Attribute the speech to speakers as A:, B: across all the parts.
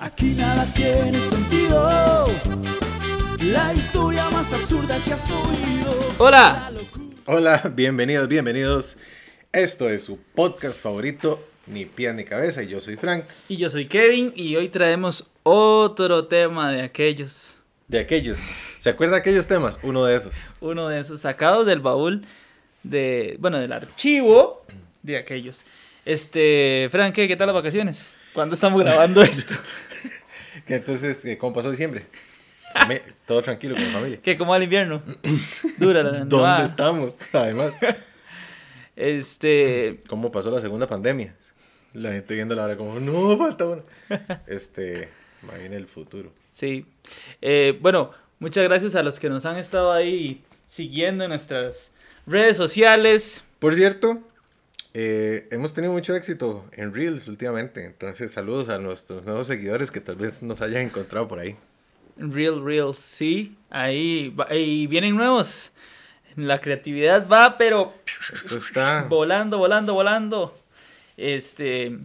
A: Aquí nada tiene sentido. La historia más absurda que has oído.
B: Hola.
C: Hola, bienvenidos, bienvenidos. Esto es su podcast favorito, Ni Pies ni Cabeza, y yo soy Frank.
B: Y yo soy Kevin y hoy traemos otro tema de aquellos.
C: De aquellos, ¿se acuerdan de aquellos temas? Uno de esos.
B: Uno de esos sacados del baúl de, bueno, del archivo de aquellos. Este, Frank, ¿qué, qué tal las vacaciones? ¿Cuándo estamos grabando esto?
C: Que entonces, eh, ¿cómo pasó diciembre? Fami- Todo tranquilo con la familia.
B: ¿Qué, cómo va el invierno? Dura la
C: ¿Dónde
B: nevada.
C: estamos? Además,
B: Este,
C: ¿cómo pasó la segunda pandemia? La gente viendo la hora como, no, falta una. Este, más bien el futuro.
B: Sí. Eh, bueno, muchas gracias a los que nos han estado ahí siguiendo en nuestras redes sociales.
C: Por cierto, eh, hemos tenido mucho éxito en Reels últimamente. Entonces, saludos a nuestros nuevos seguidores que tal vez nos hayan encontrado por ahí.
B: Real Real, sí. Ahí, va- ahí vienen nuevos. La creatividad va, pero
C: Eso está.
B: volando, volando, volando. Este,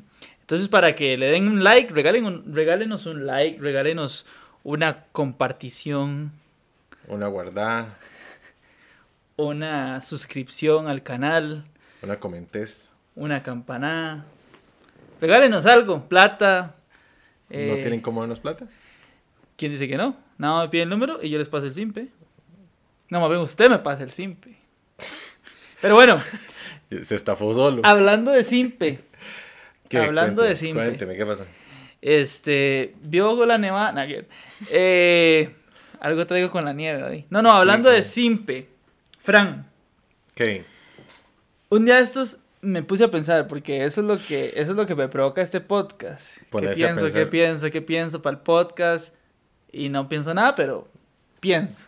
B: entonces para que le den un like, regalen un, regálenos un like, regálenos una compartición,
C: Una guardada,
B: una suscripción al canal.
C: una comentes.
B: una campanada. Regálenos algo, plata. eh,
C: ¿No tienen cómo darnos plata?
B: ¿Quién dice que no? Nada más me piden el número y yo les paso el simpe. No, más bien usted me pasa el simpe. Pero bueno,
C: Se estafó solo.
B: hablando de simpe,
C: ¿Qué?
B: hablando de
C: Cuénteme,
B: simple.
C: Cuénteme, ¿qué pasa?
B: este, vio con la nevada. nah, que- eh, algo traigo con la nieve hoy. No, no, hablando de simpe, Fran,
C: ¿Qué?
B: un día de estos me puse a pensar porque eso es lo que eso es lo que me provoca este podcast. ¿Qué
C: Ponerse a
B: pienso? ¿Qué
C: pensar.
B: pienso? ¿Qué pienso para el podcast? Y no pienso nada, pero pienso.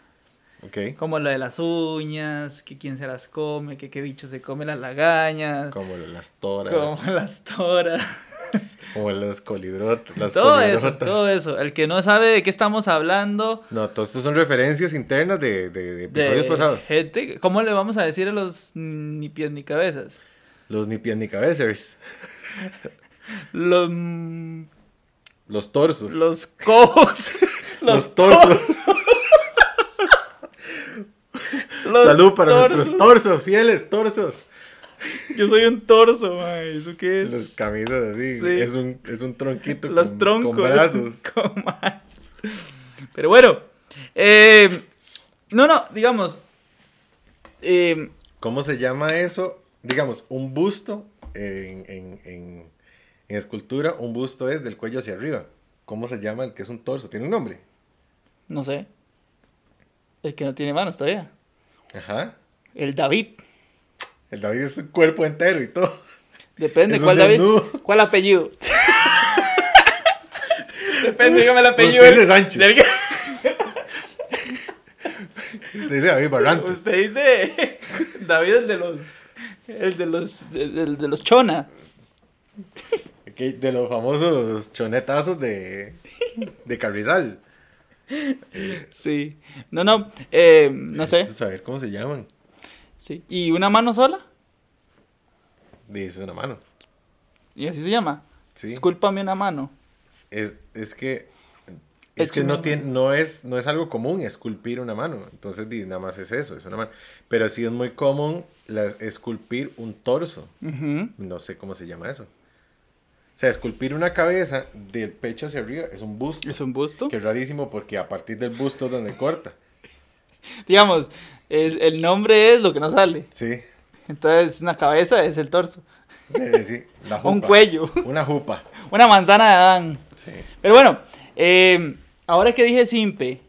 C: Ok.
B: Como lo de las uñas, que quién se las come, que qué bicho se come las lagañas,
C: Como las toras,
B: como las toras.
C: como los colibrotas. Las
B: todo eso,
C: colibrotas.
B: todo eso. El que no sabe de qué estamos hablando,
C: No, todo esto son referencias internas de, de- de
B: de
C: episodios pasados.
B: gente, ¿cómo le vamos a decir a los ni pies ni cabezas?
C: Los ni pies ni cabezas.
B: Los, mm,
C: Los torsos.
B: los cojos.
C: Los torsos.
B: Los
C: Salud para
B: torsos.
C: nuestros torsos, fieles torsos.
B: Yo soy un torso, mae. ¿Eso qué es?
C: Las camisas así.
B: Sí.
C: Es, un, es un tronquito
B: Los
C: con,
B: troncos.
C: con brazos.
B: Con brazos. Pero bueno. eh, no, no, digamos. eh,
C: ¿Cómo se llama eso? Digamos, un busto en, en- en- en escultura, un busto es del cuello hacia arriba. ¿Cómo se llama el que es un torso? Tiene un nombre.
B: no sé. El que no tiene manos todavía.
C: Ajá.
B: El David.
C: El David es un cuerpo entero y todo.
B: Depende
C: Es un
B: cuál David.
C: desnudo.
B: ¿Cuál apellido? Depende, dígame el apellido. del-
C: Usted dice Sánchez.
B: del-
C: Usted dice David Barrantes.
B: Usted dice David el de los. El de los. El de los Chona.
C: Ok, De los famosos chonetazos de, de Carrizal.
B: Sí. No, no. eh, no sé.
C: Necesito Saber cómo se llaman.
B: Sí. ¿Y una mano sola?
C: Dice una mano.
B: Y así se llama.
C: Sí.
B: Discúlpame una mano.
C: Es, es que.
B: Es
C: Es,
B: que
C: que
B: una
C: no, tiene, no, es, no es algo común esculpir una mano. Entonces, di, nada más es eso, es una mano. Pero sí es muy común la- esculpir un torso.
B: Ujú.
C: No sé cómo se llama eso. O sea, esculpir una cabeza del pecho hacia arriba es un busto.
B: Es un busto.
C: Que es rarísimo porque a partir del busto es donde corta.
B: Digamos, es- el nombre es lo que no sale.
C: Sí.
B: Entonces, una cabeza es el torso.
C: Eh, sí, la
B: Un
C: jupa.
B: cuello.
C: Una jupa.
B: Una manzana de Adán.
C: Sí.
B: Pero bueno, eh, ahora que dije simpe,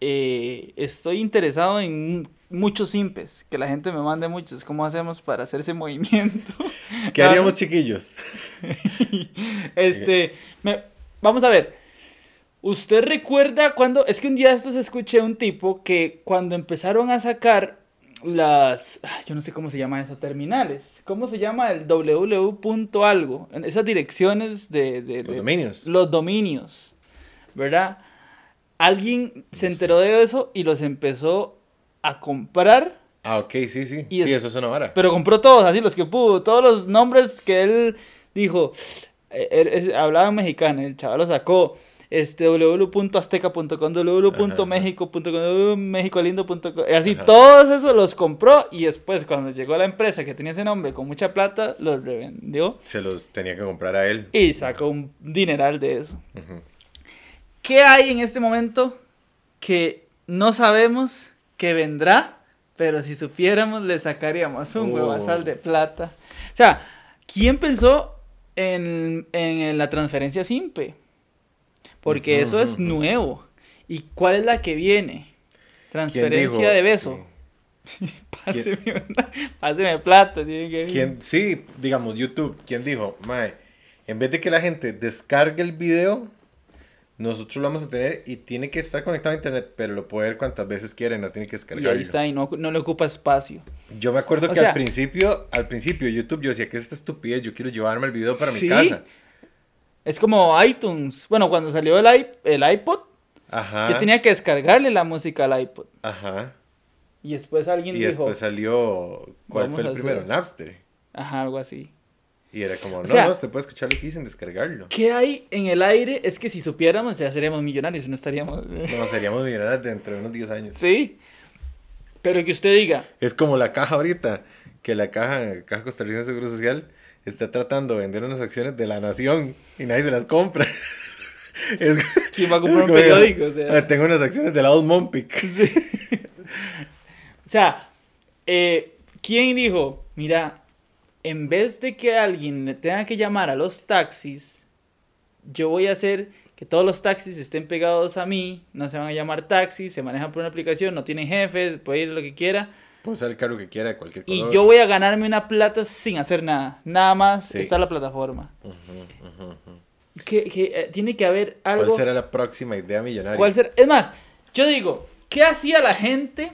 B: eh, estoy interesado en muchos simpes. Que la gente me mande muchos. ¿Cómo hacemos para hacer ese movimiento?
C: ¿Qué
B: Ah,
C: haríamos, chiquillos?
B: Este, me- vamos a ver. ¿Usted recuerda cuando, es que un día de estos escuché un tipo que cuando empezaron a sacar las, ah, yo no sé cómo se llama eso, terminales, ¿cómo se llama el www punto algo? En Esas direcciones de, de-
C: Los
B: de-
C: dominios.
B: los dominios, ¿verdad? Alguien se enteró de eso y los empezó a comprar
C: Ah, ok, sí, sí.
B: Y
C: Sí,
B: es-
C: eso es una vara.
B: pero compró todos, así los que pudo, todos los nombres que él dijo. eh, él es- hablaba en mexicano, el chaval lo sacó. Este, www.azteca.com, www.mexico.com, www.mexicolindo.com, y así
C: Ajá.
B: todos esos los compró y después cuando llegó a la empresa que tenía ese nombre con mucha plata, los revendió
C: Se los tenía que comprar a él.
B: y sacó un dineral de eso.
C: Ujú.
B: ¿Qué hay en este momento que no sabemos que vendrá? Pero si supiéramos, le sacaríamos un
C: Oh.
B: huevazal de plata. O sea, ¿quién pensó en, en la transferencia SIMPE? Porque
C: Ujú,
B: eso es
C: ujú.
B: nuevo. ¿Y cuál es la que viene?
C: ¿Quién
B: Transferencia
C: dijo?
B: de beso.
C: Sí.
B: Páseme, una- páseme plata. tiene que-
C: ¿Quién- sí, digamos, YouTube, ¿quién dijo? Mae, en vez de que la gente descargue el video, nosotros lo vamos a tener y tiene que estar conectado a internet, pero lo puede ver cuantas veces quiera, y no tiene que
B: Y ahí
C: descargarlo.
B: está, y no, no le ocupa espacio.
C: Yo me acuerdo
B: O
C: que
B: sea-
C: al principio, al principio YouTube yo decía que es esta estupidez, yo quiero llevarme el video para
B: Sí.
C: mi casa.
B: Es como iTunes. Bueno, cuando salió el, i- el iPod,
C: Ajá.
B: Yo tenía que descargarle la música al iPod.
C: Ajá.
B: Y después alguien
C: Y
B: dijo,
C: después salió ¿cuál
B: Vamos
C: fue
B: a
C: el
B: hacer-
C: primero? Napster.
B: ajá, algo así.
C: Y era como, no,
B: sea-
C: no, usted puede escuchar lo que dicen, descargarlo.
B: ¿Qué hay en el aire? Es que si supiéramos ya seríamos millonarios, no estaríamos...
C: Nos seríamos millonarios dentro de unos 10 años.
B: sí. Pero que usted diga,
C: Es como la caja ahorita, que la caja, Caja Costarricense de Seguro Social, está tratando de vender unas acciones de la nación y nadie se las compra. es,
B: ¿quién va a
C: es
B: comprar un
C: como,
B: periódico? O sea,
C: "Ah, Tengo unas acciones de la Monpic.
B: sí. O sea, eh, ¿quién dijo? Mira, en vez de que alguien le tenga que llamar a los taxis, yo voy a hacer que todos los taxis estén pegados a mí, no se van a llamar taxis, se manejan por una aplicación, no tienen jefes, puede ir lo que quiera.
C: Puedo usar el carro que quiera, de cualquier
B: Y
C: color.
B: yo voy a ganarme una plata sin hacer nada. Nada más
C: Sí.
B: está la plataforma.
C: Ujú, ujú, ujú.
B: Que, que, eh, tiene que haber algo.
C: ¿Cuál será la próxima idea millonaria?
B: ¿Cuál será? Es más, yo digo, ¿qué hacía la gente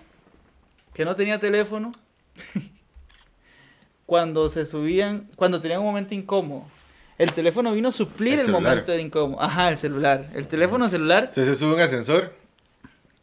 B: que no tenía teléfono cuando se subían, cuando tenían un momento incómodo? El teléfono vino a suplir
C: El
B: el,
C: celular.
B: momento de incómodo. Ajá, el celular. El teléfono celular.
C: Entonces se sube un ascensor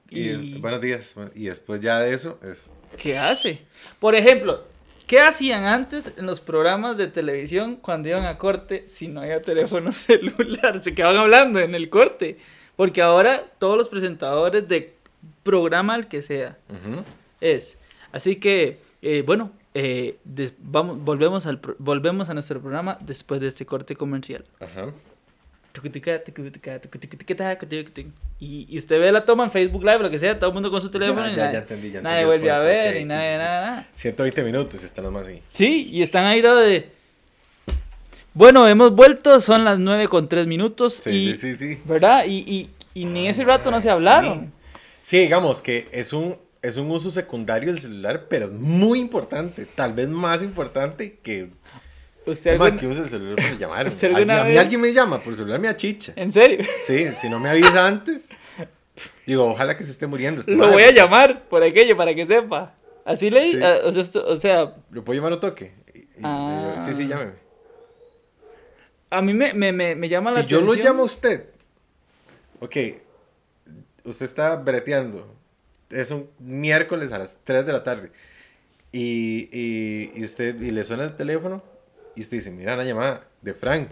C: y,
B: Y-
C: buenos días. bueno, Y después ya de eso es...
B: ¿Qué hace? Por ejemplo, ¿qué hacían antes en los programas de televisión cuando iban a corte si no había teléfono celular? Se quedaban hablando en el corte. Porque ahora todos los presentadores de programa el que sea
C: ujú.
B: es. Así que, eh, bueno, eh, des- vamos, volvemos, al pro- volvemos a nuestro programa después de este corte comercial.
C: Ajá.
B: Tucutica, tucutica, tucutiquita, tucutica. Y, y usted ve la toma en Facebook Live, lo que sea, todo el mundo con su teléfono y
C: ya,
B: nadie,
C: ya entendí, ya
B: nadie
C: entendí el
B: vuelve a
C: punto,
B: ver
C: ok,
B: y
C: sí,
B: nadie,
C: sí, sí.
B: nada, nada.
C: 120 minutos y están nomás ahí.
B: Sí, y están ahí dado de... Bueno, hemos vuelto, son las 9 con 3 minutos.
C: Sí,
B: y,
C: sí, Ah, sí, sí.
B: ¿Verdad? Y, y, y ni ese rato no se
C: Ay,
B: hablaron.
C: Sí, digamos que es un, es un uso secundario del celular, pero es muy importante. Tal vez más importante que...
B: ¿Usted
C: Es
B: alguna-
C: más que usa el celular para llamar.
B: ¿Usted alguna
C: Alguien- A mí
B: vez-
C: alguien me llama, por celular me achicha.
B: ¿En serio?
C: Sí, si no me avisa antes. Digo, ojalá que se esté muriendo. este
B: Lo
C: madre.
B: voy a llamar por aquello, para que sepa. Así leí.
C: Sí.
B: ah, o sea, esto- o sea,
C: ¿Lo puedo llamar o toque? Y- y-
B: Ah.
C: Sí, sí, llámeme.
B: a mí me, me, me, me llama la
C: si yo
B: atención.
C: lo llamo a usted, ok, usted está breteando, es un miércoles a las 3 de la tarde, y, y- y usted y le suena el teléfono, y usted dice, mira la llamada de Frank,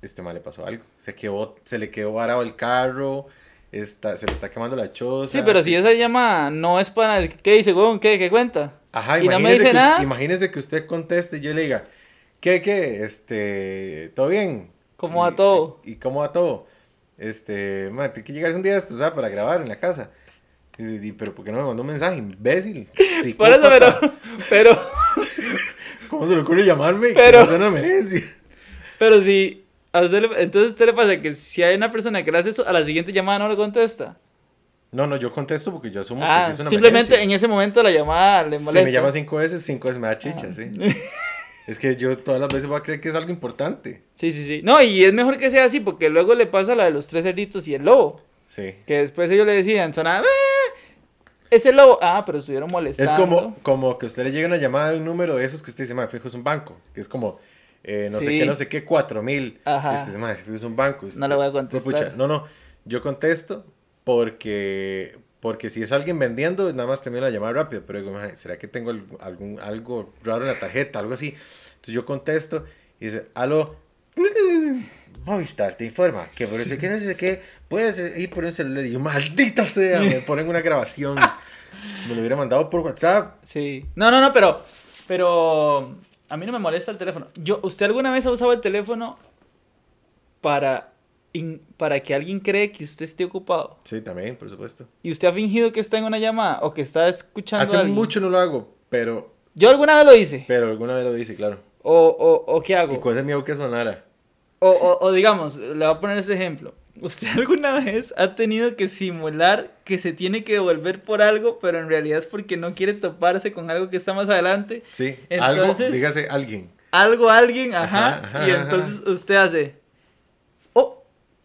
C: este mal le pasó algo, se, quedó, se le quedó varado el carro, está, se le está quemando la choza.
B: Sí, pero si esa llama no es para... ¿Qué dice, weón? ¿Qué, qué cuenta?
C: Ajá,
B: y no me
C: imagínese
B: dice
C: que,
B: nada.
C: us- imagínese que usted conteste y yo le diga, ¿qué, qué? Este, ¿todo bien?
B: ¿Cómo va
C: Y-
B: todo?
C: ¿Y cómo va todo? Este, man, tiene que llegar un día de estos, ¿sabes? Para grabar en la casa. Y dice, "Di, pero ¿por qué no me mandó un mensaje, imbécil?
B: Por eso,
C: Psicópata.
B: pero... Pero,
C: ¿Cómo se le ocurre llamarme? Que
B: Pero-
C: no sea una emergencia.
B: pero si... a usted le- entonces, ¿a usted le pasa que si hay una persona que le hace eso, a la siguiente llamada no le contesta?
C: No, no, yo contesto porque yo asumo que
B: Ah,
C: sí es una
B: simplemente en
C: emergencia.
B: ese momento la llamada le molesta.
C: Si me llama cinco veces, cinco veces me da chicha,
B: Ah.
C: sí. es que yo todas las veces voy a creer que es algo importante.
B: Sí, sí, sí. No, y es mejor que sea así porque luego le pasa la de los tres cerditos y el lobo.
C: Sí.
B: Que después ellos le decían, sonaba... "Ah, Ese lobo, ah, pero estuvieron molestando.
C: Es como, como que a usted le llega una llamada de un número de esos que usted dice, madre, fijo, es un banco. Que es como, eh, no sé
B: Sí.
C: qué, no sé qué, cuatro mil.
B: Ajá.
C: Y usted dice, madre, fijo, es un banco. Y usted
B: No le voy a
C: dice, "Fue
B: contestar".
C: pucha". Este, No, no, yo contesto porque, porque si es alguien vendiendo, nada más termina la llamada rápido. Pero digo, "Mae, ¿será que tengo al- algún, algo raro en la tarjeta? Algo así. Entonces yo contesto y dice, aló. Movistar te informa que por eso que no sé qué, puedes ir por un celular. Y yo, maldito sea, me ponen una grabación. Me lo hubiera mandado por WhatsApp.
B: Sí. No, no, no, pero. Pero. A mí no me molesta el teléfono. Yo, ¿Usted alguna vez ha usado el teléfono para, in- para que alguien cree que usted esté ocupado?
C: Sí, también, por supuesto.
B: ¿Y usted ha fingido que está en una llamada o que está escuchando a
C: Hace
B: alguien?
C: mucho no lo hago, pero,
B: Yo alguna vez lo hice.
C: pero alguna vez lo hice, claro.
B: O, o, o qué
C: Y
B: hago.
C: con ese miedo que sonara.
B: O, o- o digamos, le voy a poner ese ejemplo. ¿Usted alguna vez ha tenido que simular que se tiene que devolver por algo, pero en realidad es porque no quiere toparse con algo que está más adelante?
C: Sí,
B: Entonces-
C: algo, dígase alguien.
B: algo a alguien, ajá,
C: Ajá, ajá,
B: y
C: ajá.
B: entonces usted hace, oh,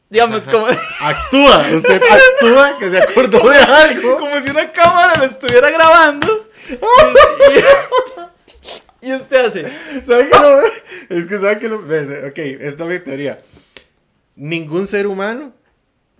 B: digamos,
C: Ajá.
B: como,
C: Actúa, usted actúa que se acordó de algo.
B: como si una cámara lo estuviera grabando. y- Y, y usted hace,
C: ¿Sabe qué lo- Es que sabe que lo. ves, eh, Ok, esta es mi teoría. Ningún ser humano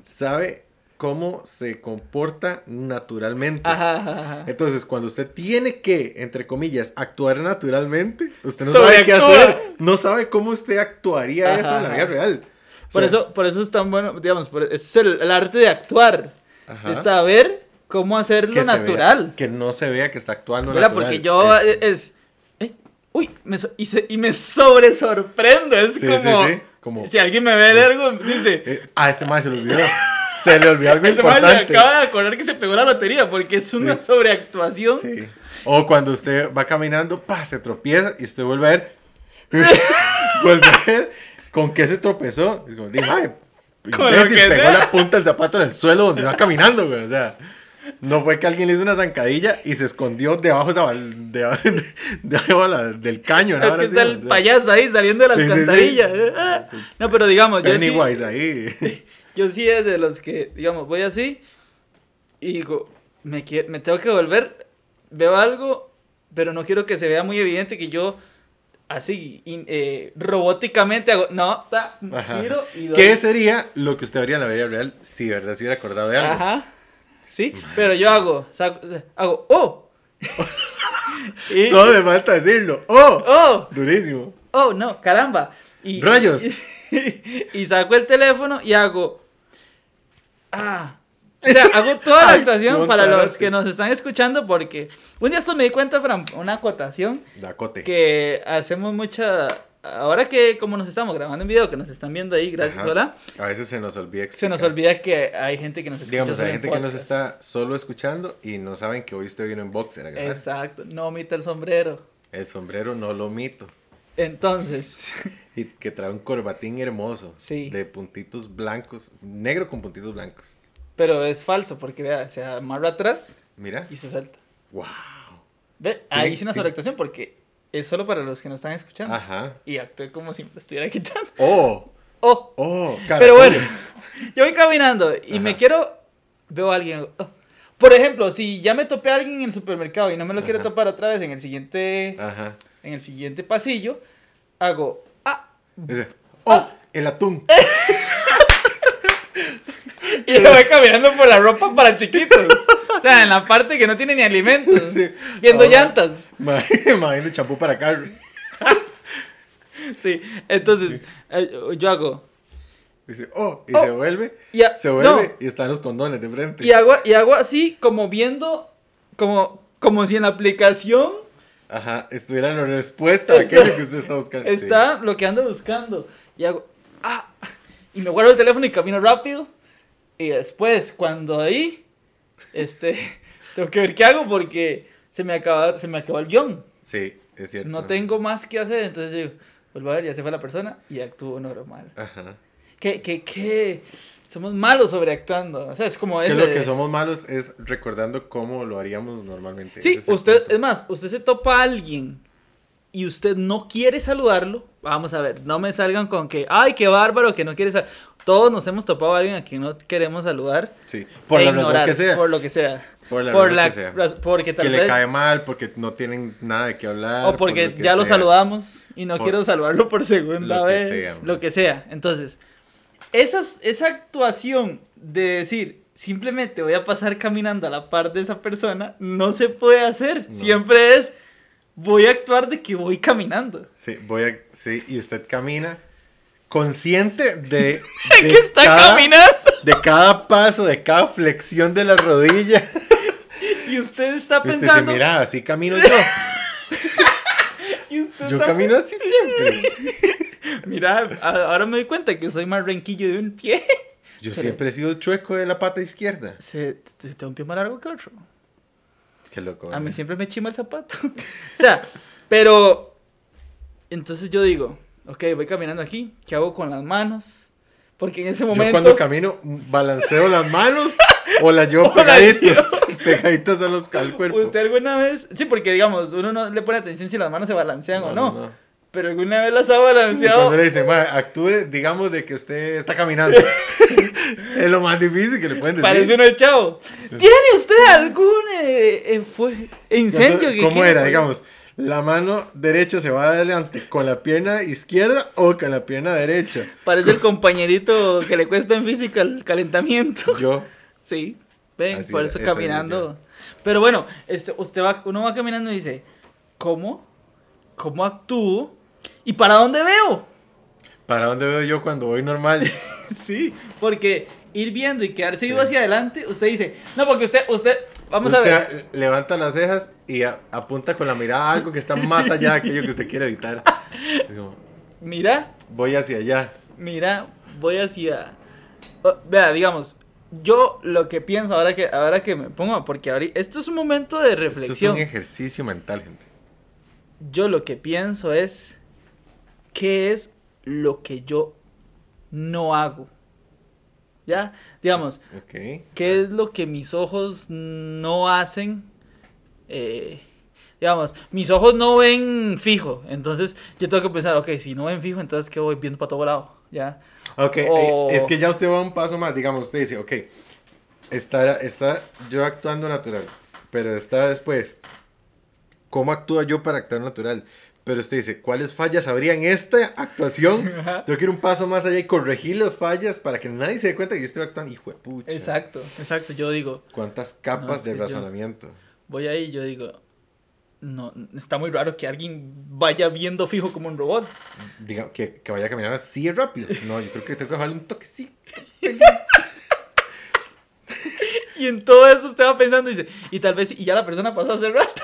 C: sabe cómo se comporta naturalmente.
B: ajá, ajá, ajá.
C: Entonces, cuando usted tiene que, entre comillas, actuar naturalmente, usted no sabe qué
B: Sobreactúa.
C: hacer. No sabe cómo usted actuaría
B: Ajá,
C: eso en la
B: ajá.
C: vida real. O
B: Por,
C: sea,
B: eso, por eso es tan bueno, digamos, por- es el, el arte de actuar,
C: Ajá.
B: de saber cómo hacerlo
C: que se vea-
B: natural.
C: que no se vea que está actuando
B: ¿Verdad?
C: natural.
B: Porque yo
C: Es-
B: es, eh, uy, me so- y, se- y me sobre sorprendo, es
C: Sí, sí,
B: como,
C: sí, como-
B: si alguien me ve algo, dice...
C: eh, ah, este más se le olvidó. se le olvidó algo
B: Ese Este man se
C: importante.
B: acaba de acordar que se pegó la lotería porque es una
C: Sí.
B: sobreactuación.
C: Sí. O cuando usted va caminando, pa, se tropieza y usted vuelve a ver. vuelve a ver con qué se tropezó. Y como, dije, ay,
B: Con lo
C: imbécil,
B: que
C: pegó
B: sea".
C: la punta del zapato en el suelo donde va caminando, güey. O sea, no fue que alguien le hizo una zancadilla y se escondió debajo, de esa bal- de, de- debajo de la- del caño.
B: Es
C: ¿no? Ahora
B: que
C: sí,
B: está
C: o
B: el
C: sea,
B: payaso ahí saliendo de la
C: Sí, sí, sí.
B: alcantarilla. Ah. No, pero digamos, yo sí,
C: Pennywise ahí.
B: yo sí es de los que, digamos, voy así y digo, me, quie- me tengo que volver, veo algo, pero no quiero que se vea muy evidente que yo así in- eh, robóticamente hago, no, ta,
C: Ajá.
B: miro y doy.
C: ¿Qué sería lo que usted vería en la vida real si de verdad se hubiera acordado de algo?
B: Ajá. Sí, pero yo hago, saco- hago, oh. Y-
C: Solo le falta decirlo. ¡Oh!
B: oh,
C: Durísimo.
B: oh, no, caramba. Y,
C: Rayos.
B: Y, y saco el teléfono y hago. Ah. O sea, hago toda la
C: Ay,
B: actuación
C: tú
B: para los
C: entraste.
B: que nos están escuchando porque un día esto me di cuenta, Fran, una acotación
C: Dacote.
B: que hacemos mucha. Ahora que como nos estamos grabando en video, que nos están viendo ahí, gracias,
C: Ajá.
B: hola,
C: A veces se nos olvida
B: se nos
C: explicar.
B: olvida que hay gente que nos escucha.
C: Digamos,
B: solo
C: hay
B: en
C: gente que nos
B: podcast.
C: está solo escuchando y no saben que hoy usted vino en boxer a grabar.
B: Exacto, no omita el sombrero.
C: El sombrero no lo omito.
B: Entonces,
C: Y que trae un corbatín hermoso.
B: Sí.
C: De puntitos blancos. Negro con puntitos blancos.
B: pero es falso porque vea, se amarra atrás
C: Mira.
B: y se suelta.
C: Wow.
B: Ve, ahí hice una
C: sí.
B: sobreactuación porque es solo para los que nos están escuchando.
C: Ajá.
B: Y actué como si me lo estuviera quitando.
C: Oh.
B: Oh,
C: Oh.
B: pero bueno,
C: caracoles.
B: yo voy caminando y me
C: Ajá.
B: quiero. Veo a alguien. oh. Por ejemplo, si ya me topé a alguien en el supermercado y no me lo quiero
C: Ajá. Ah.
B: topar otra vez en el siguiente,
C: Ajá.
B: en el siguiente pasillo, hago. Ah,
C: Dice, oh. El atún.
B: y voy caminando por la ropa para chiquitos. O sea, en la parte que no tiene ni alimentos.
C: Sí.
B: Viendo
C: Ahora-
B: llantas.
C: Ma- Imagino champú para carro.
B: Sí. Entonces, eh, yo hago.
C: Dice, oh. Y
B: Oh.
C: se vuelve.
B: y a-
C: Se
B: no,
C: vuelve y están los condones de frente.
B: Y hago, y hago así, como viendo, como, como si en la aplicación
C: Ajá, estuviera la respuesta a aquello que usted está buscando. Sí.
B: está lo que ando buscando. Y hago, ah, y me guardo el teléfono y camino rápido. Y después, cuando ahí, este, tengo que ver qué hago porque se me acaba, se me acabó el guión.
C: Sí, es cierto.
B: No tengo más que hacer, entonces yo digo, vuelvo a ver, ya se fue la persona y actúo normal.
C: Ajá.
B: ¿Qué, qué, qué? Somos malos sobreactuando. O sea, es como
C: Que
B: ese
C: lo
B: de-
C: que somos malos es recordando cómo lo haríamos normalmente.
B: Sí,
C: este, Ese es el
B: usted,
C: punto.
B: es más, usted se topa a alguien y usted no quiere saludarlo. Vamos a ver, no me salgan con que, ay, qué bárbaro, que no quiere saludar. Todos nos hemos topado a alguien a quien no queremos saludar.
C: Sí, por
B: e
C: la razón
B: ignorar,
C: que sea.
B: Por lo que sea.
C: Por la razón que sea.
B: raz- Porque tal
C: que le
B: vez-
C: cae mal, porque no tienen nada de qué hablar.
B: o
C: por
B: porque
C: lo que
B: ya lo
C: sea.
B: saludamos y no
C: Por-
B: quiero saludarlo por segunda
C: lo que
B: vez.
C: sea, man.
B: lo que sea. Entonces, esas, esa actuación de decir simplemente voy a pasar caminando a la par de esa persona no se puede hacer.
C: No.
B: Siempre es voy a actuar de que voy caminando.
C: Sí, voy a, sí, y usted camina consciente de, de
B: que está
C: cada-
B: caminando
C: de cada paso, de cada flexión de la rodilla.
B: y usted está
C: Y Usted Este, dice,
B: pensando
C: mira, así camino yo.
B: y usted
C: Yo
B: está-
C: camino así siempre.
B: mira a- ahora me doy cuenta que soy más renquillo de un pie
C: Yo
B: Pero-
C: siempre he sido chueco de la pata izquierda.
B: se te, te un pie más largo que otro
C: Qué loco.
B: a mí
C: ¿verdad?
B: siempre me chima el zapato o sea pero entonces yo digo ok, voy caminando aquí qué hago con las manos porque en ese
C: Yo
B: momento
C: cuando camino balanceo las manos o las llevo
B: O las
C: pegaditas, pegaditas a los, al cuerpo.
B: usted alguna vez sí porque digamos uno no le pone atención si las manos se balancean o no, pero alguna vez las ha balanceado
C: Cuando le dicen, "Ma, actúe, digamos, de que usted está caminando. es lo más difícil que le pueden decir.
B: Parece uno el chavo. ¿Tiene usted algún eh, eh, fue- incendio que
C: Entonces, ¿Cómo
B: quiera
C: era?
B: poner?
C: Digamos, la mano derecha se va adelante con la pierna izquierda o con la pierna derecha.
B: Parece el compañerito que le cuesta en física el calentamiento.
C: Yo,
B: Sí, ven,
C: Así
B: por
C: era,
B: eso
C: eso era
B: caminando. Pero bueno, este, usted va, uno va caminando y dice, ¿cómo? ¿Cómo actúo? ¿Y para dónde veo?
C: ¿para dónde veo yo cuando voy normal?
B: Sí, porque ir viendo y quedarse ido hacia adelante, usted dice, no, porque usted, usted, vamos
C: o sea,
B: a ver.
C: levanta las cejas y a- apunta con la mirada a algo que está más allá de aquello que usted quiere evitar. Es como,
B: Mira,
C: voy hacia allá.
B: Mira, voy hacia. o- Vea, digamos, yo lo que pienso ahora que, ahora que me pongo, porque ahorita, esto es un momento de
C: Esto es un
B: reflexión.
C: ejercicio mental, gente.
B: Yo lo que pienso es: ¿qué es lo que yo no hago? ¿Ya? Digamos,
C: Ok.
B: ¿qué es lo que mis ojos no hacen? Eh, digamos, mis ojos no ven fijo, entonces yo tengo que pensar, ok, si no ven fijo, entonces ¿qué voy viendo para todo lado? ¿Ya?
C: Ok, eh,
B: O-
C: es que ya usted va un paso más, digamos, usted dice, ok, está, está yo actuando natural, pero está después, ¿cómo actúa yo para actuar natural? Pero usted dice, ¿cuáles fallas habría en esta actuación?
B: Ajá.
C: Tengo que ir un paso más allá y corregir las fallas para que nadie se dé cuenta que yo estoy actuando, hijo de pucha.
B: Exacto, exacto. Yo digo,
C: ¿Cuántas
B: No,
C: capas
B: es
C: de
B: que yo-
C: razonamiento?
B: voy ahí, yo digo, no, está muy raro que alguien vaya viendo fijo como un robot.
C: Diga, que, que vaya a caminar así de rápido. No, yo creo que tengo que bajarle un toquecito.
B: Y en todo eso usted va pensando y dice, y tal vez, y ya la persona pasó hace rato.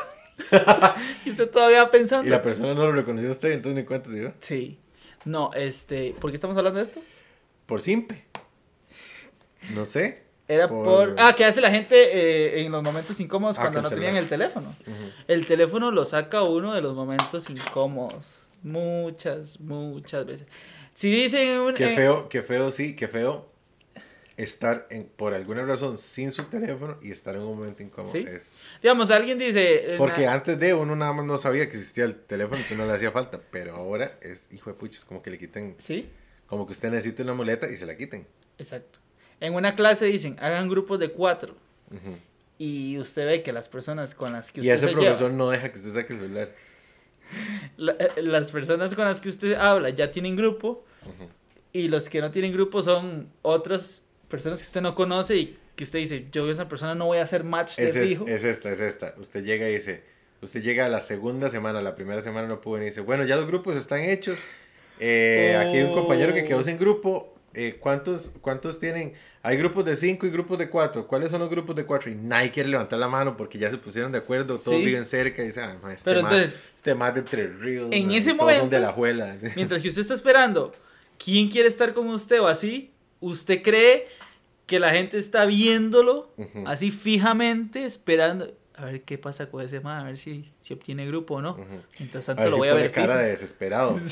B: y usted todavía va pensando.
C: Y la persona no lo reconoció a usted, entonces ni cuenta se dio.
B: Sí. No, este, ¿por qué estamos hablando de esto?
C: Por simple. No sé.
B: Era por...
C: Por-
B: Ah, ¿qué hace la gente eh, en los momentos incómodos
C: Ah,
B: cuando
C: con
B: no
C: el
B: tenían el
C: celular.
B: teléfono?
C: Ujú.
B: El teléfono lo saca uno de los momentos incómodos. Muchas, muchas veces. Si dicen... un-
C: Qué
B: eh,
C: feo, qué feo, sí, qué feo estar en- por alguna razón sin su teléfono y estar en un momento incómodo.
B: Sí.
C: Es...
B: Digamos, alguien dice... eh,
C: Porque
B: na-
C: antes de uno nada más no sabía que existía el teléfono, entonces no le hacía falta, pero ahora es hijo de pucha, es como que le quiten,
B: Sí,
C: como que usted necesita una muleta y se la quiten.
B: exacto. En una clase dicen, hagan grupos de cuatro.
C: Ujú.
B: Y usted ve que las personas con las que
C: Y
B: usted
C: ese
B: se
C: profesor no deja que usted saque el celular.
B: lleva- la- eh, las personas con las que usted habla ya tienen grupo. Y los que no tienen grupo son otras personas que usted no conoce y que usted dice, yo a esa persona no voy a hacer match de
C: Es, este es-
B: fijo.
C: es esta, es esta. Usted llega y dice, usted llega a la segunda semana, la primera semana no pudo venir y dice, bueno, ya los grupos están hechos. Eh, Aquí hay un compañero que quedó
B: Oh.
C: sin grupo. Eh, ¿cuántos, ¿Cuántos tienen? Hay grupos de cinco y grupos de cuatro. ¿Cuáles son los grupos de cuatro? Y nadie quiere levantar la mano porque ya se pusieron de acuerdo, todos
B: Sí.
C: viven cerca y dicen, ah, ma, este,
B: Pero
C: ma-
B: entonces-
C: este más de Tres Ríos.
B: En
C: ma,
B: ese
C: todos
B: momento-
C: son de la juela.
B: Mientras que usted está esperando, ¿quién quiere estar con usted o así? Usted cree que la gente está viéndolo
C: Ujú.
B: así fijamente, esperando. A ver qué pasa con ese man, a ver si, si obtiene grupo o no.
C: Ujú.
B: Mientras
C: A
B: tanto
C: ver
B: lo
C: si
B: voy a
C: pone
B: ver.
C: cara
B: fijo.
C: de desesperado.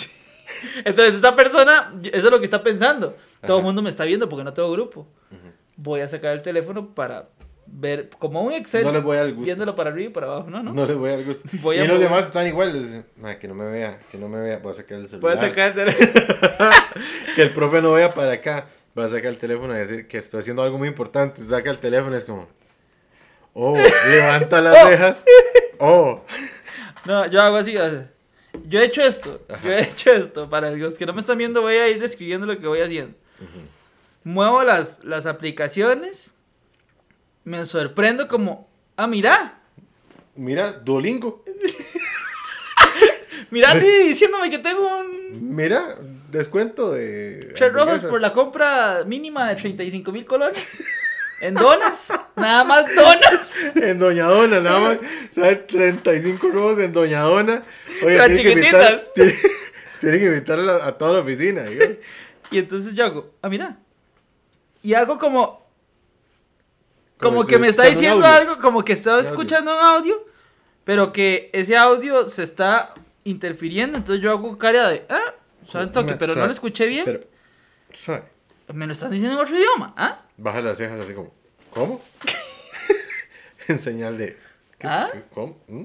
B: Sí. Entonces, esta persona, eso es lo que está pensando. Todo el
C: Ajá.
B: mundo me está viendo porque no tengo grupo.
C: Ujú.
B: Voy a sacar el teléfono para ver, como un Excel,
C: No les voy al gusto.
B: viéndolo para arriba y para abajo. No, no.
C: No les voy a dar gusto.
B: Voy a
C: y los
B: mover.
C: demás están iguales. Ma, que no me vea, que no me vea. Voy a sacar el
B: voy
C: celular.
B: a sacar el teléfono.
C: Que el profe no vea para acá. Voy a sacar el teléfono y decir que estoy haciendo algo muy importante. Saca el teléfono y es como. Oh, levanta las cejas. Oh.
B: No, yo hago así. o sea, yo he hecho esto.
C: Ajá.
B: Yo he hecho esto. Para los que no me están viendo, voy a ir describiendo lo que voy haciendo. Muevo las, las aplicaciones. Me sorprendo como, ah, mira.
C: Mira, Duolingo.
B: Mira, Andy diciéndome que tengo un
C: Mira, descuento de.
B: tres rojos por la
C: hamburguesas.
B: compra mínima de 35 mil colones. En donas, nada más donas.
C: En Doña Dona, nada más. ¿Sabes? 35 robos en Doña Dona. Oye,
B: Las
C: tiene que invitar,
B: chiquititas.
C: tiene, tiene que invitar a, la- a toda la oficina. digo.
B: Y entonces yo hago, ah, mira. Y hago como. Como
C: estoy
B: que me está
C: escuchando un
B: diciendo
C: audio.
B: algo, como que estaba
C: Un audio.
B: escuchando un audio, pero que ese audio se está interfiriendo. Entonces yo hago cara de, ah, suave un toque,
C: Una-
B: pero no
C: suave,
B: lo escuché bien.
C: Pero, suave.
B: Me lo están diciendo en otro idioma, ¿ah?
C: Baja las cejas así como, ¿cómo? en señal de, ¿qué es-
B: ¿Ah?
C: qué- ¿cómo? ¿Mm?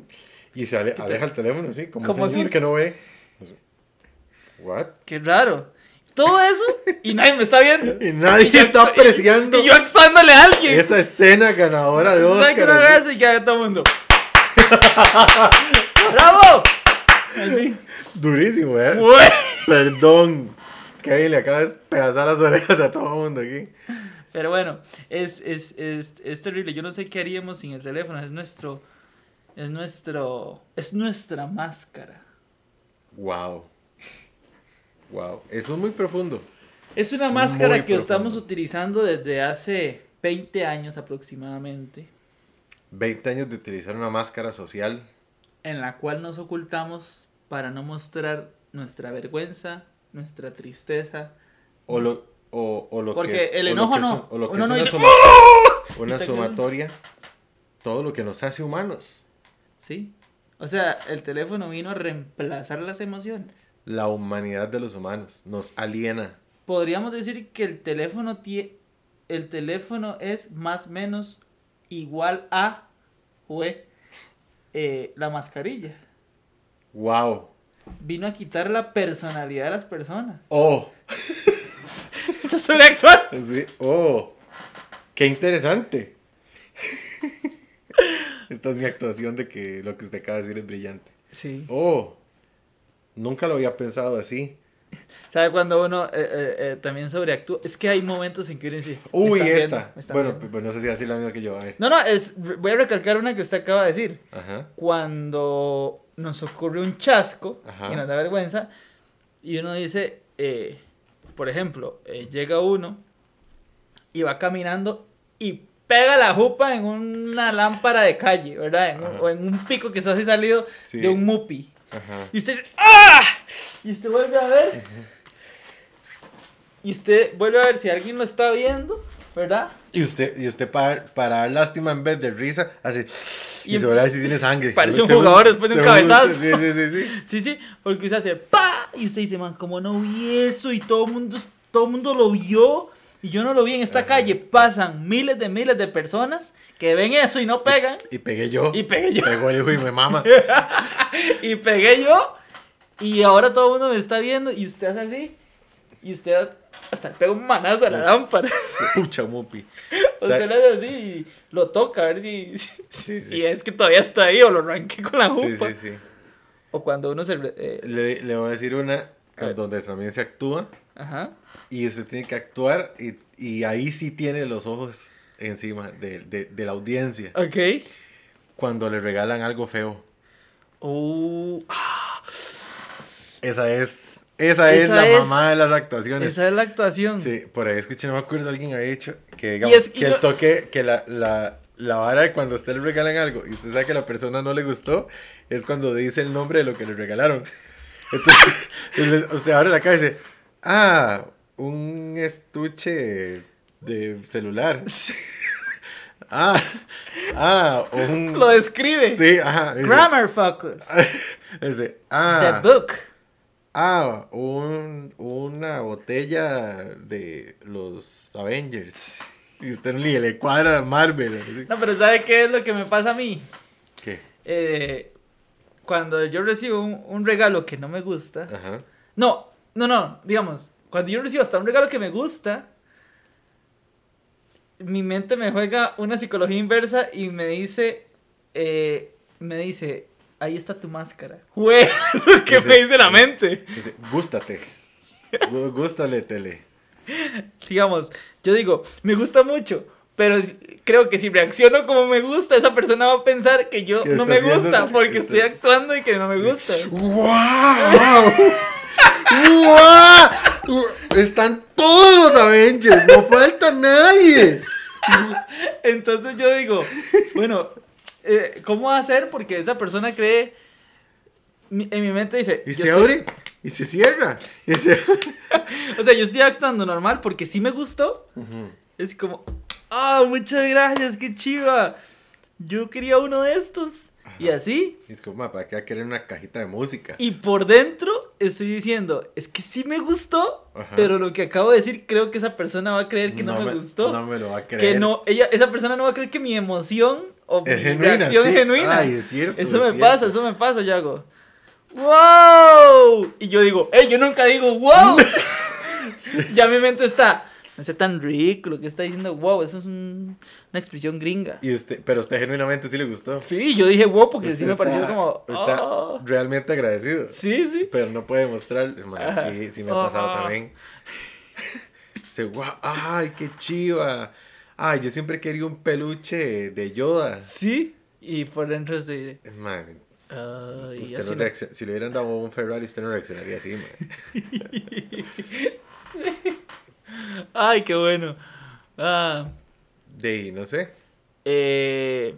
C: Y se ale- aleja el teléfono así, como
B: Como
C: señor
B: así.
C: que no ve. Así, ¿What?
B: Qué raro. Todo eso, y nadie me está viendo.
C: Y nadie está apreciando
B: Y yo actuándole a alguien.
C: esa escena ganadora de
B: ¿Sabes qué
C: Oscar.
B: no haga
C: así.
B: eso y que haga todo el mundo? ¡Bravo! Así.
C: Durísimo, ¿eh?
B: Güey.
C: Perdón. Kevin le acaba de despedazar las orejas a todo el mundo aquí.
B: Pero bueno, es, es, es, es terrible. Yo no sé qué haríamos sin el teléfono. Es nuestro. Es nuestro. Es nuestra máscara.
C: Wow. Wow. Eso es muy profundo.
B: Es una
C: Es
B: máscara
C: muy
B: que
C: profundo.
B: estamos utilizando desde hace 20 años aproximadamente.
C: 20 años de utilizar una máscara social.
B: En la cual nos ocultamos para no mostrar nuestra vergüenza, nuestra tristeza.
C: O lo, o, o lo
B: Porque
C: que es-
B: el
C: o lo
B: enojo
C: que es-
B: no.
C: o lo que
B: Uno
C: es
B: no
C: una,
B: dice, ¡Oh!
C: suma- una
B: Y se queda-
C: sumatoria. Todo lo que nos hace humanos.
B: ¿Sí? O sea, el teléfono vino a reemplazar las emociones.
C: La humanidad de los humanos. Nos aliena.
B: podríamos decir que el teléfono tie- el teléfono es más menos igual a jue, eh, la mascarilla
C: Wow.
B: vino a quitar la personalidad de las personas
C: Oh.
B: esto suena actual
C: Sí, Oh. Qué interesante. Esta es mi actuación de que lo que usted acaba de decir es brillante.
B: sí
C: Oh, nunca lo había pensado así.
B: sabe cuando uno eh, eh, eh, también sobreactúa es que hay momentos en que uno dice "Me
C: Uy,
B: están viendo,
C: esta.
B: me están
C: bueno,
B: viendo".
C: pues no sé si así la misma que yo. a ver.
B: no no es voy a recalcar una que usted acaba de decir
C: Ajá.
B: cuando nos ocurre un chasco
C: Ajá.
B: y nos da vergüenza y uno dice, eh, por ejemplo, eh, llega uno y va caminando y pega la jupa en una lámpara de calle, ¿verdad? En un-
C: Ajá.
B: o en un pico que está así salido
C: Sí.
B: de un mupi.
C: Ajá.
B: Y usted dice, ¡ah! Y usted vuelve a ver. Y usted vuelve a ver si alguien lo está viendo, ¿verdad?
C: Y usted, y usted para, para dar lástima en vez de risa, hace. Y,
B: Y
C: se va a ver si tiene sangre.
B: Parece un
C: Según-
B: jugador después de un
C: según usted,
B: cabezazo.
C: Sí, sí, sí, sí.
B: Sí, sí, porque se hace pa y usted dice, man, como no vi eso y todo el mundo todo mundo lo vio y yo no lo vi en esta
C: Ajá.
B: calle, pasan miles de miles de personas que ven eso y no pegan
C: Y pegué yo.
B: Y pegué yo.
C: Pegó el hijo y me mama.
B: y pegué yo y ahora todo el mundo me está viendo y usted hace así y usted hasta le pega un manazo a la lámpara.
C: Pucha, mupi. O sea,
B: Usted le hace así y lo toca a ver si, si-
C: Sí, sí.
B: si es que todavía está ahí o lo arranque con la
C: sí,
B: jupa.
C: sí, sí.
B: O cuando uno se... eh,
C: Le, le voy a decir una
B: A ver.
C: donde también se actúa.
B: ajá.
C: Y usted tiene que actuar. Y, y ahí sí tiene los ojos encima de, de- de la audiencia.
B: Ok.
C: Cuando le regalan algo feo.
B: Oh,
C: Esa es. Esa es
B: Esa
C: la
B: es-
C: mamá de las actuaciones.
B: Esa es la actuación.
C: Sí, por ahí escuché, no me acuerdo, alguien había dicho que digamos
B: es- y
C: que
B: no-
C: el toque, que la, la, la vara de cuando a usted le regalan algo y usted sabe que a la persona no le gustó, es cuando dice el nombre de lo que le regalaron. Entonces, le- usted abre la caja y dice, ah, un estuche de celular. ah, ah, un...
B: Lo describe.
C: Sí, ajá. dice,
B: Grammar Focus.
C: dice,
B: The
C: ah,
B: Book.
C: Ah, un, una botella de los Avengers. Y usted ni le cuadra a Marvel. así.
B: No, pero ¿sabe qué es lo que me pasa a mí?
C: ¿Qué?
B: Eh, cuando yo recibo un, un regalo que no me gusta.
C: Ajá.
B: No, no, no. Digamos, cuando yo recibo hasta un regalo que me gusta, mi mente me juega una psicología inversa y me dice. eh, me dice. Ahí está tu máscara. Güey, lo que
C: Sí,
B: me
C: sí.
B: dice la mente.
C: Dice, gústate. Gú- Gústale, tele.
B: digamos, yo digo, me gusta mucho, Pero s- creo que si reacciono como me gusta, esa persona va a pensar que yo
C: Que
B: no
C: está
B: me
C: haciendo
B: gusta
C: eso-
B: porque
C: que
B: estoy
C: está-
B: actuando y que no me gusta.
C: ¡Wow! ¡Wow! Están todos los Avengers, no falta nadie.
B: Entonces yo digo, bueno, eh, ¿cómo va a ser? Porque esa persona cree, mi- en mi mente dice,
C: Y
B: yo
C: se
B: estoy-
C: abre y se cierra. Y se...
B: o sea, yo estoy actuando normal porque sí me gustó, Es como, ah, muchas gracias, qué chiva. Yo quería uno de estos. Y así.
C: Y es como, "Ma, ¿para qué va a querer una cajita de música?
B: Y por dentro estoy diciendo, es que sí me gustó,
C: Ajá.
B: pero lo que acabo de decir creo que esa persona va a creer que no, me, gustó.
C: No me lo va a creer.
B: que no, ella, esa persona no va a creer que mi emoción o mi
C: Es genuina.
B: reacción
C: sí.
B: es genuina.
C: Ay, es cierto.
B: eso
C: es
B: me
C: cierto.
B: pasa, eso me pasa, yo hago. ¡Wow! Y yo digo, ¡eh! Yo nunca digo wow. ya mi mente está. No sea tan ridículo que está diciendo wow. Eso es un- una expresión gringa.
C: Y usted, pero a usted genuinamente sí le gustó.
B: Sí, yo dije wow porque sí
C: Usted
B: me
C: está- pues
B: pareció como.
C: Está
B: "Oh".
C: realmente agradecido.
B: Sí, sí.
C: Pero no puede mostrar. Ma,
B: Ajá.
C: sí, sí me ha pasado
B: Ajá.
C: también. Dice, guau, ay, qué chiva. Ay, yo siempre he querido un peluche de Yoda.
B: Sí. Y por dentro se dice.
C: Man,
B: "Ay,
C: usted
B: así
C: no
B: no".
C: reacciona- Si le hubieran dado un Ferrari, usted no reaccionaría así, man.
B: Ay, qué bueno. Ah,
C: De ahí, no sé.
B: eh,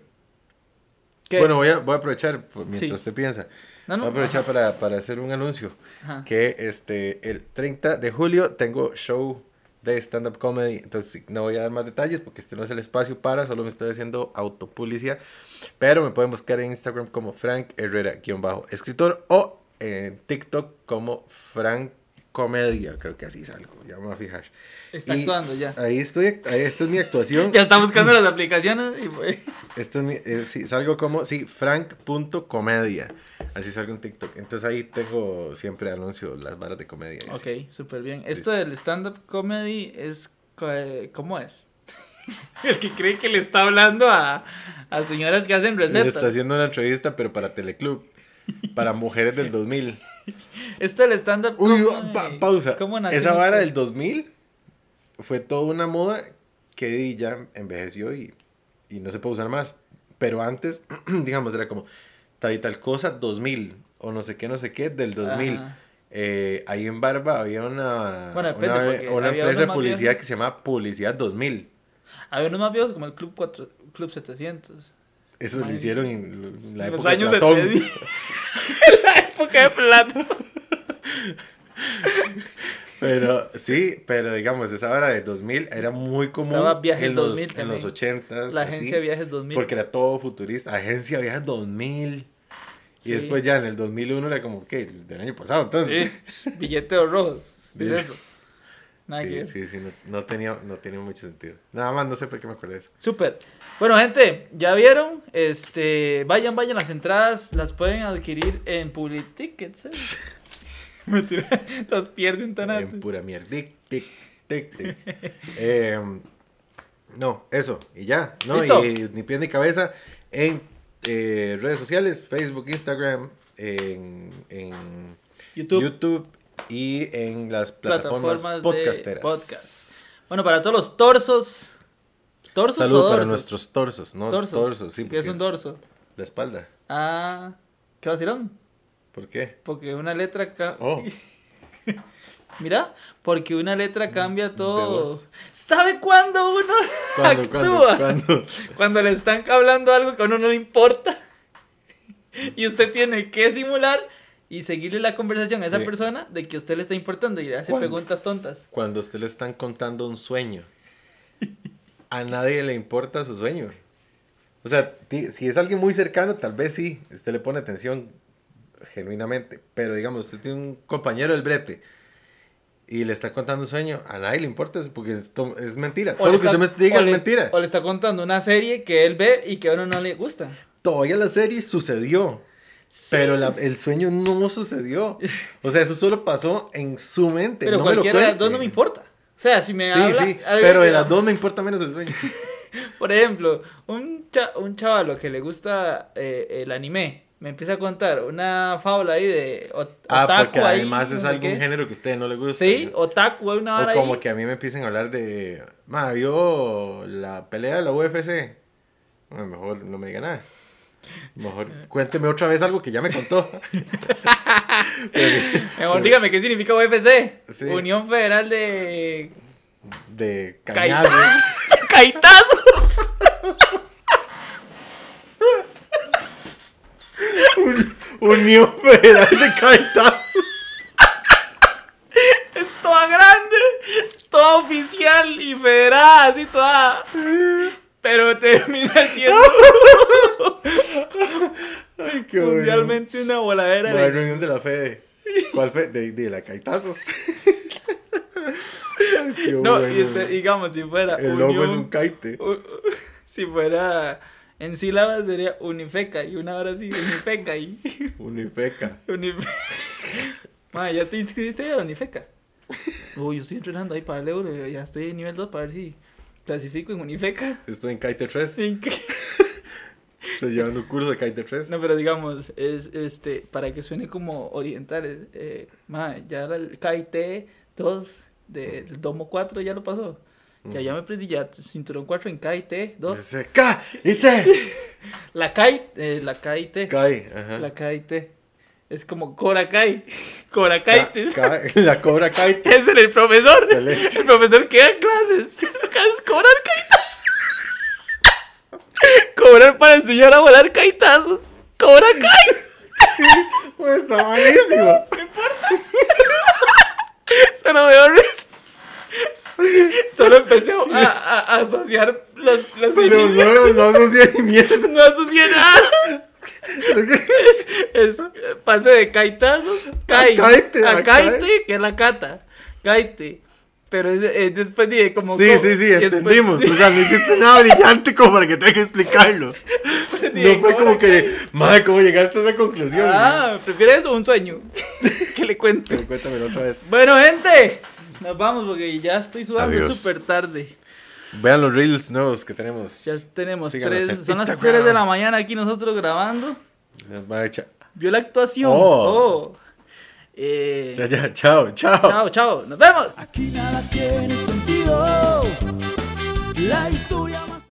B: ¿qué?
C: Bueno, voy a, voy a aprovechar pues, mientras
B: Sí.
C: usted piensa.
B: No, no,
C: Voy a aprovechar para, para hacer un anuncio.
B: ajá.
C: Que este, el 30 de julio tengo show de stand-up comedy. Entonces sí, no voy a dar más detalles porque este no es el espacio para, solo me estoy haciendo autopublicidad. Pero me pueden buscar en Instagram como Frank Herrera-escritor o en TikTok como Frank Comedia. Creo que así es algo, ya me voy a fijar.
B: Está
C: y-
B: actuando ya.
C: Ahí estoy, ahí- esta es mi actuación.
B: Ya está buscando las aplicaciones y fue.
C: Esto es mi- eh, sí, salgo como, sí, frank.comedia. Así salgo en TikTok. Entonces ahí tengo siempre anuncio las varas de comedia. y así.
B: Ok, súper bien. Esto del stand-up comedy es. co- eh, ¿Cómo es? el que cree que le está hablando a, a señoras que hacen
C: Le
B: recetas.
C: está haciendo una entrevista, pero para Teleclub. Para mujeres del 2000.
B: Esto del stand-up
C: Uy,
B: comedy,
C: pa- pausa.
B: ¿cómo nació
C: Esa vara
B: usted?
C: del 2000 fue toda una moda que di, ya envejeció y, y no se puede usar más. Pero antes, digamos, era como tal y tal cosa 2000 o no sé qué, no sé qué del 2000.
B: Ajá.
C: Eh, ahí en Barba había una,
B: Bueno, depende,
C: una-
B: porque
C: una
B: había
C: empresa
B: uno
C: de
B: más
C: publicidad
B: viejo.
C: que se llamaba Publicidad 2000.
B: A ver, unos más viejos como el Club, cuatro, Club 700.
C: Eso lo
B: Madre.
C: hicieron en la
B: En
C: época de Platón.
B: 70. la época de Platón.
C: Pero sí, pero digamos, esa hora de 2000 era muy común
B: Estaba Viajes
C: en, los,
B: 2000
C: en
B: también.
C: los 80s.
B: La
C: así,
B: agencia de viajes 2000.
C: Porque era todo futurista. Agencia Viajes 2000.
B: Sí.
C: Y después ya en el 2001 era como, ¿qué? Del año pasado, entonces.
B: Sí, billete de rojos. ¿Ves
C: Billete-
B: eso? Nada que
C: Sí,
B: ver.
C: sí, sí, no, no tenía, no tenía mucho sentido. Nada más, no sé por qué me acordé de eso.
B: Súper. Bueno, gente, ya vieron. Este, vayan, vayan, las entradas las pueden adquirir en Public Tickets. ¿eh? Mentira, las pierden tan
C: En
B: antes.
C: pura mierda. Tic, tic, tic, tic. Em, no, eso. Y ya. No,
B: Listo.
C: Y, ni pie ni cabeza. En eh, redes sociales, Facebook, Instagram, en, en
B: YouTube.
C: YouTube. y en las plataformas,
B: Plataformas de
C: podcasteras.
B: podcast. Bueno, para todos los torsos. ¿Torsos o
C: Salud para
B: dorsos?
C: nuestros torsos, no torsos,
B: torsos.
C: sí,
B: ¿Qué es
C: porque
B: un dorso?
C: la espalda.
B: Ah, ¿qué vacilón?
C: ¿Por qué?
B: Porque una letra. ca-
C: Oh,
B: Mira, porque una letra cambia todo.
C: voz.
B: ¿Sabe cuándo uno
C: cuando,
B: actúa?
C: cuando, cuando.
B: Cuando le están hablando algo que a uno no le importa y usted tiene que simular y seguirle la conversación a esa
C: Sí.
B: persona de que a usted le está importando y le hace
C: ¿Cuándo?
B: preguntas tontas.
C: Cuando a usted le están contando un sueño. A nadie le importa su sueño. O sea, ti- si es alguien muy cercano, tal vez sí, usted le pone atención genuinamente. Pero digamos, usted tiene un compañero del brete y le está contando un sueño, a nadie le importa eso, porque es, to- es mentira.
B: le
C: Todo lo que
B: está-
C: usted me diga
B: o
C: es
B: le-
C: mentira.
B: O le está contando una serie que él ve y que a uno no le gusta.
C: Todavía la serie sucedió, pero la- el sueño no sucedió. O sea, eso solo pasó en su mente.
B: Pero
C: no me lo
B: cualquiera de las
C: cuente.
B: dos no me importa. O sea, si me
C: Sí,
B: habla...
C: sí,
B: alguien
C: pero de
B: que-
C: las dos me importa menos el sueño.
B: Por ejemplo, un, cha- un chavalo que le gusta eh, el anime me empieza a contar una fábula ahí de ot-
C: Ah,
B: otaku
C: porque
B: ahí,
C: además
B: no
C: es
B: sé
C: algún
B: qué.
C: género que a usted no le gusta.
B: Sí,
C: ¿no?
B: otaku, hay una
C: O
B: vara
C: como
B: ahí.
C: que a mí me empiecen a hablar de. Ma, vio la pelea de la UFC. Bueno, mejor no me diga nada. Mejor cuénteme otra vez algo que ya me contó. Pero-
B: Mejor dígame qué significa UFC.
C: Sí.
B: Unión Federal de
C: de
B: Caída.
C: cañazos.
B: Caitazos.
C: Unión Federal de Caetazos.
B: Es toda grande, toda oficial y federal, así toda. Pero termina siendo
C: Ay, qué bueno.
B: mundialmente una voladera.
C: Nueva
B: de-
C: reunión de la Fede. ¿Cuál fue? De, de la Caetazos. Ay, qué
B: No,
C: bueno.
B: y este, digamos, si fuera.
C: El logo es
B: Unión-
C: un caite.
B: u- Si fuera en sílabas sería unifeca y una hora sí, unifeca y.
C: Unifeca.
B: Unif- Ma, ¿ya te inscribiste a la Unifeca? Uy, yo estoy entrenando ahí para el euro, yo ya estoy en nivel 2 para ver si clasifico en Unifeca.
C: Estoy en Caite 3.
B: Sin que-
C: Estoy llevando un curso de Kaite 3.
B: No, pero digamos, es este, para que suene como orientales, eh, ma, ya era el KIT 2 del domo 4 ya lo pasó. Ya, ya me aprendí ya cinturón 4 en KIT 2.
C: Dice, K y T.
B: La KIT, eh, la KIT,
C: Kai, ajá.
B: la KIT. Es como Korakai,
C: Ca-
B: Korakai.
C: ca- La cobra Kaite.
B: Es en el profesor.
C: Excelente.
B: El profesor que da clases. Es cobrar caitazos. Cobrar para enseñar a volar caitazos. Cobra cai.
C: Pues está malísimo.
B: Se lo veo res. Solo empecé a, a- a asociar las, las
C: Pero
B: líneas.
C: no, no asocié ni mierda.
B: No asocié nada. Es, es, eh, pase de caitazos. Cai.
C: A caite,
B: A
C: a
B: caite,
C: cai.
B: que es la cata. Caite. Pero es, es después de como.
C: Sí, sí, sí,
B: y después-
C: entendimos. O sea, no hiciste nada brillante como para que tenga que explicarlo.
B: Pues
C: No fue como que, madre, ¿cómo llegaste a esa conclusión?
B: Ah, ¿prefieres eso o un sueño? que le
C: Pero
B: cuente.
C: cuéntamelo otra vez.
B: Bueno, gente, nos vamos porque ya estoy sudando
C: Adiós.
B: súper tarde.
C: Vean los reels nuevos que tenemos.
B: Ya tenemos
C: Síganos
B: tres,
C: en
B: son las
C: Instagram.
B: 3 de la mañana aquí nosotros grabando.
C: Las va a echar.
B: Vio la actuación.
C: Oh.
B: Oh. Eh,
C: Ya, ya, chao, chao.
B: chao, chao, nos vemos.
A: Aquí nada tiene sentido. La historia más